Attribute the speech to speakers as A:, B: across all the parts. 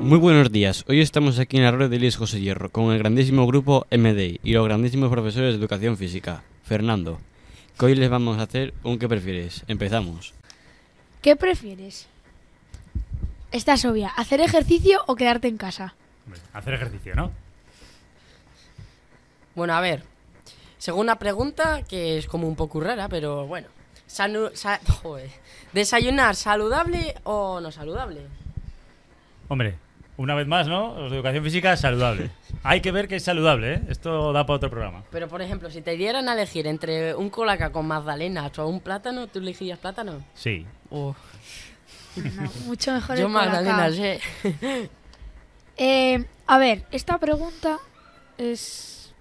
A: Muy buenos días. Hoy estamos aquí en la red de Luis José Hierro con el grandísimo grupo MDI y los grandísimos profesores de educación física, Fernando. Que hoy les vamos a hacer un ¿Qué prefieres? Empezamos.
B: ¿Qué prefieres? Esta es obvia, ¿hacer ejercicio o quedarte en casa?
C: Hombre, hacer ejercicio, ¿no?
D: Bueno, a ver. Según la pregunta, que es como un poco rara, pero bueno. Sanu- sa- joder. ¿Desayunar saludable o no saludable?
C: Hombre, una vez más, ¿no? Los de educación física saludable. Hay que ver que es saludable, ¿eh? Esto da para otro programa.
D: Pero, por ejemplo, si te dieran a elegir entre un colaca con magdalenas o un plátano, ¿tú elegirías plátano?
C: Sí.
D: Oh,
B: Mucho mejor
D: yo
B: el colacao.
D: magdalenas, eh.
B: Eh, a ver, esta pregunta es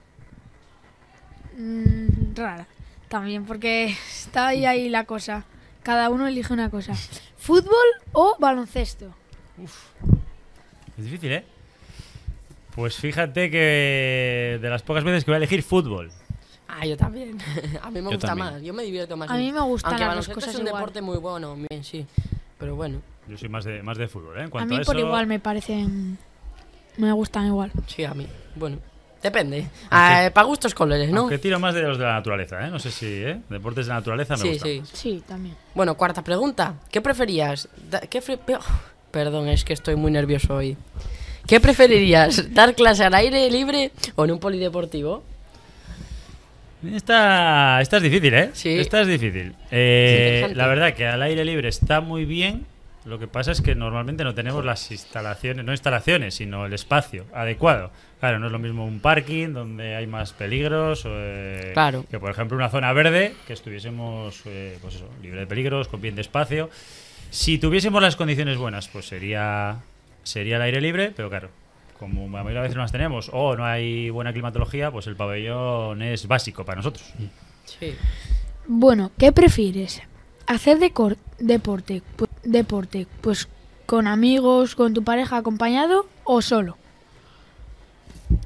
B: mm, rara también porque está ahí, ahí la cosa. Cada uno elige una cosa. ¿Fútbol o baloncesto?
C: Es difícil, ¿eh? Pues fíjate que de las pocas veces que voy a elegir fútbol.
D: Ah, yo también. A mí me
A: Yo
D: gusta
A: también.
D: más, yo me divierto más.
B: A mí me gustan
D: Aunque
B: las dos
D: baloncesto
B: cosas
D: es un
B: igual.
D: deporte muy bueno, bien, sí. Pero bueno,
C: Yo soy más de, más de fútbol, ¿eh? En
B: A
C: cuanto
B: mí
C: a
B: por
C: eso,
B: igual me parecen... Me gustan igual.
D: sí, a mí. Bueno, depende. Para gustos colores, ¿no?
C: aunque tiro más de los de la naturaleza, ¿eh? No sé si, ¿eh? Deportes de naturaleza me
D: Sí,
C: gustan
D: sí.
C: más.
B: Sí, también.
D: Bueno, cuarta pregunta. ¿Qué preferías? Da- ¿Qué fre- pe- Perdón, es que estoy muy nervioso hoy. ¿Qué preferirías? ¿Dar clase al aire libre o en un polideportivo?
C: Esta, esta es difícil, ¿eh?
D: Sí.
C: Esta es difícil. Eh,
D: Sí,
C: la verdad que al aire libre está muy bien. Lo que pasa es que normalmente no tenemos las instalaciones, no instalaciones, sino el espacio adecuado. Claro, no es lo mismo un parking donde hay más peligros o, eh,
D: Claro.
C: que, por ejemplo, una zona verde, que estuviésemos eh, pues eso, libre de peligros, con bien de espacio. Si tuviésemos las condiciones buenas, pues sería sería el aire libre, pero claro, como la mayoría de veces no las tenemos o no hay buena climatología, pues el pabellón es básico para nosotros.
D: Sí.
B: Bueno, ¿qué prefieres? ¿Hacer decor- deporte, pu- deporte? Pues con amigos, con tu pareja acompañado o solo.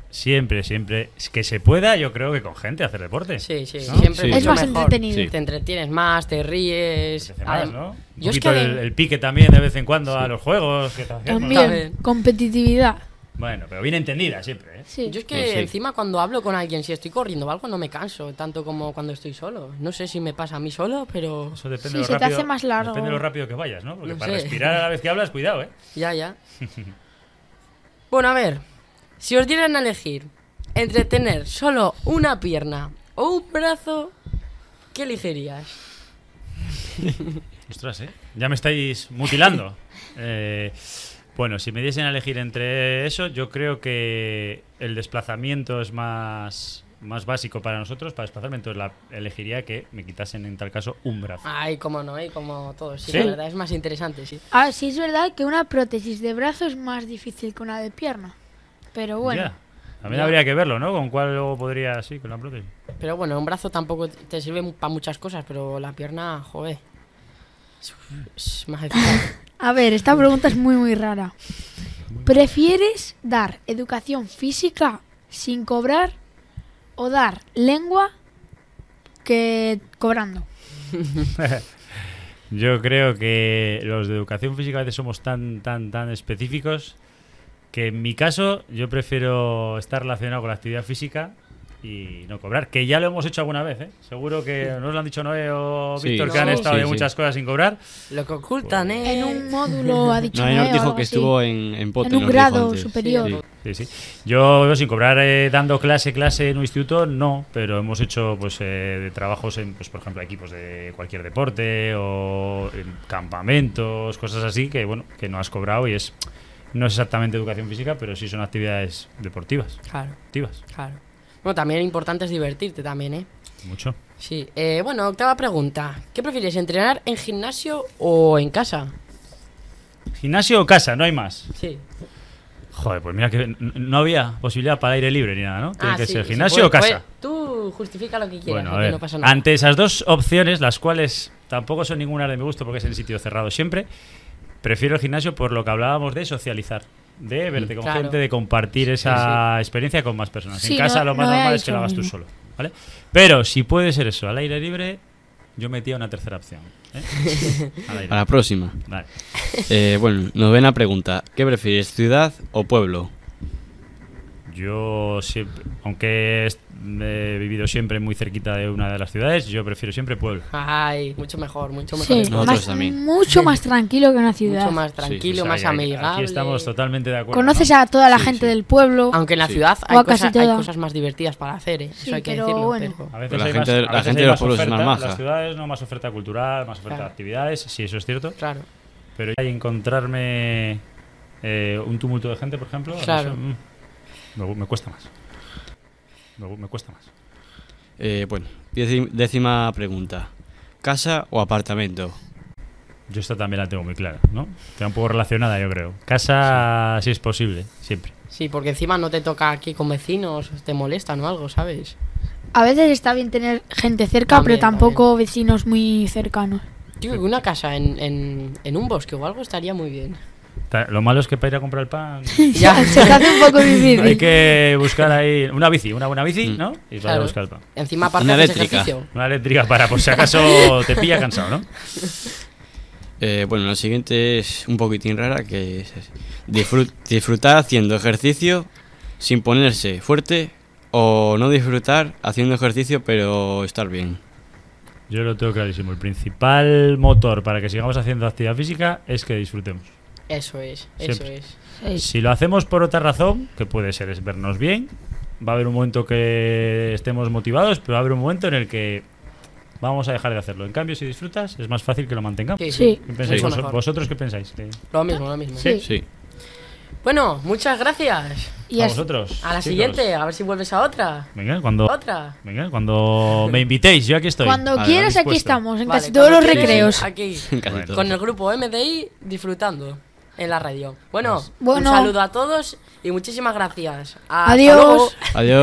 C: Siempre, siempre es que se pueda, yo creo que con gente hacer deporte.
D: Sí, sí,
C: ¿no?
D: siempre
A: Sí.
D: mucho
B: es más
D: mejor.
B: entretenido.
A: Sí.
D: Te entretienes más, te ríes.
C: Se hace más,
D: Adem-
C: ¿no? Un
D: Yo es que
C: poquito el,
D: adem-
C: el pique también de vez en cuando a los juegos. que hacemos.
B: También,
D: bien.
B: competitividad.
C: Bueno, pero bien entendida siempre. ¿eh?
B: Sí.
D: yo es que
A: Sí, sí.
D: encima cuando hablo con alguien, si estoy corriendo o algo, no me canso tanto como cuando estoy solo. No sé si me pasa a mí solo, pero
C: Eso depende
B: Sí,
C: de lo
B: se te
C: rápido-
B: hace más largo.
C: Depende de lo rápido que vayas, ¿no? Porque
D: No
C: para
D: sé.
C: respirar a la vez que hablas, cuidado, ¿eh?
D: Ya, ya. Bueno, a ver. Si os dieran a elegir entre tener solo una pierna o un brazo, ¿qué elegirías?
C: Ostras, ¿eh? Ya me estáis mutilando. Eh, bueno, si me diesen a elegir entre eso, yo creo que el desplazamiento es más, más básico para nosotros, para desplazarme, entonces la, elegiría que me quitasen en tal caso un brazo.
D: Ay, como no, ¿eh? como todo. Sí,
C: ¿Sí?
D: la verdad es más interesante, sí.
B: Ah, sí es verdad que una prótesis de brazo es más difícil que una de pierna. Pero bueno,
C: Ya. También
D: Ya.
C: habría que verlo, ¿no? Con cuál luego podría, sí, con la prótesis.
D: Pero bueno, un brazo tampoco te sirve para muchas cosas, pero la pierna, joder. es- Es más eficaz.
B: a ver, esta pregunta es muy muy rara. ¿Prefieres dar educación física sin cobrar o dar lengua que cobrando?
C: Yo creo que los de educación física a veces somos tan, tan, tan específicos que en mi caso yo prefiero estar relacionado con la actividad física y no cobrar, que ya lo hemos hecho alguna vez, ¿eh? Seguro que nos lo han dicho Noé o
A: Sí,
C: Víctor
D: sí,
C: que han estado
A: sí,
C: en
A: sí.
C: muchas cosas sin cobrar.
D: Lo que ocultan, ¿eh?
B: En un módulo ha dicho
A: No, él
B: Noé
A: nos
B: o
A: dijo
B: algo
A: que
B: así.
A: estuvo en, en Pote,
B: En un
A: nos dijo
B: grado
A: antes.
B: superior.
A: Sí.
C: Sí, sí. Yo sin cobrar eh, dando clase, clase en un instituto, no, pero hemos hecho pues eh, de trabajos en, pues, por ejemplo, equipos de cualquier deporte o en campamentos, cosas así que bueno, que no has cobrado y es no es exactamente educación física, pero sí son actividades deportivas,
D: Claro,
C: activas,
D: claro. Bueno, también lo importante es divertirte también, ¿eh?
C: mucho.
D: Sí. Eh, bueno, octava pregunta. ¿Qué prefieres, entrenar en gimnasio o en casa?
C: Gimnasio o casa, no hay más.
D: Sí.
C: Joder, pues mira que n- no había posibilidad para aire libre ni nada, ¿no? Tiene
D: Ah,
C: que
D: sí,
C: ser
D: sí,
C: gimnasio
D: puede-
C: o casa.
D: puede- tú justifica lo que quieras,
C: Bueno,
D: aquí
C: a ver,
D: no pasa nada.
C: Ante esas dos opciones, las cuales tampoco son ninguna de mi gusto porque es en sitio cerrado siempre, prefiero el gimnasio por lo que hablábamos de socializar, de verte con
D: Mm, Claro.
C: gente, de compartir esa experiencia con más personas.
B: Sí,
C: en casa
B: no-
C: lo más
B: no he
C: normal es que
B: dicho
C: lo
B: lo
C: hagas tú
B: mismo.
C: solo. ¿vale? Pero si puede ser eso, al aire libre, Yo metía una tercera opción. ¿eh? Al aire.
A: A la próxima.
C: Vale.
A: Eh, bueno, novena pregunta. ¿Qué prefieres, ciudad o pueblo?
C: Yo, siempre, aunque est- he vivido siempre muy cerquita de una de las ciudades, yo prefiero siempre pueblo.
D: Ay, mucho mejor, mucho mejor.
B: Sí,
A: Nosotros
B: más-
A: también.
B: mucho más tranquilo que una ciudad.
D: Mucho más
A: Sí,
D: tranquilo,
A: sí,
C: O sea,
D: más
C: que aquí-
D: amigable.
C: Aquí estamos totalmente de acuerdo.
B: Conoces
C: ¿no?
B: a toda la
A: Sí,
B: gente
A: sí.
B: del pueblo.
D: Aunque en la
A: Sí.
D: ciudad
B: O
D: hay,
B: a casi
D: cosa- hay
B: toda.
D: cosas más divertidas para hacer, ¿eh?
B: Sí,
D: eso hay que
B: pero
D: decirlo.
B: bueno.
C: A veces
A: La
C: hay
A: gente
C: más-
A: de-
C: a
A: la
C: veces
A: gente
C: hay
A: de los
C: más
A: pueblos es más
C: oferta en
A: maja.
C: Las ciudades no más oferta cultural, más oferta
D: Claro.
C: de actividades, sí, eso es cierto.
D: Claro.
C: Pero ya encontrarme eh, un tumulto de gente, por ejemplo,
D: Claro.
C: eso, mm, me, gu- me cuesta más. Me, gu- me cuesta más.
A: Eh, bueno, dieci- décima pregunta. ¿Casa o apartamento?
C: Yo esta también la tengo muy clara, ¿no? Está un poco relacionada, yo creo. Casa, si es posible, siempre.
D: Sí, porque encima no te toca aquí con vecinos, te molestan o algo, ¿sabes?
B: A veces está bien tener gente cerca,
D: También,
B: pero tampoco vecinos muy cercanos.
D: Yo creo que una casa en, en, en un bosque o algo estaría muy bien.
C: Ta- Lo malo es que para ir a comprar el pan
D: Ya.
B: Se te hace un poco
C: hay
B: difícil.
C: que buscar ahí una bici, una buena bici,
A: Mm.
C: ¿no? Y para
D: Claro.
C: buscar el pan.
D: Encima aparte
A: Una
D: haces
A: eléctrica.
D: ejercicio.
C: Una eléctrica para, por si acaso te pilla cansado, ¿no?
A: Eh, bueno, la siguiente es un poquitín rara, que es es disfrut- disfrutar haciendo ejercicio sin ponerse fuerte o no disfrutar haciendo ejercicio pero estar bien.
C: Yo lo tengo clarísimo. El principal motor para que sigamos haciendo actividad física es que disfrutemos.
D: Eso es, eso
C: Siempre.
D: es.
B: Sí.
C: Si lo hacemos por otra razón, que puede ser es vernos bien, va a haber un momento que estemos motivados, pero va a haber un momento en el que vamos a dejar de hacerlo. En cambio, si disfrutas, es más fácil que lo mantengamos.
D: Sí,
B: Sí.
C: ¿Qué pensáis?
D: mucho
C: Vos-
D: mejor.
C: ¿Vosotros qué pensáis? Que-
D: Lo mismo, lo mismo.
B: Sí.
A: Sí.
D: Bueno, muchas gracias.
B: Y
C: ¿A
B: as-
C: vosotros?
D: A la
C: chicos?
D: siguiente, a ver si vuelves a otra.
C: Venga, cuando,
D: Otra.
C: venga, cuando me invitéis, yo aquí estoy.
B: cuando
A: Vale,
B: quieras, aquí
C: dispuesto.
B: estamos, en
D: Vale,
B: casi todos los
D: cuando quieras,
B: recreos.
D: Aquí,
A: Casi
C: Bueno.
A: todo.
D: con el grupo MDI disfrutando en la radio. Bueno,
B: Pues, Bueno.
D: un saludo a todos y muchísimas gracias. Hasta
B: Adiós.
D: luego.
A: Adiós.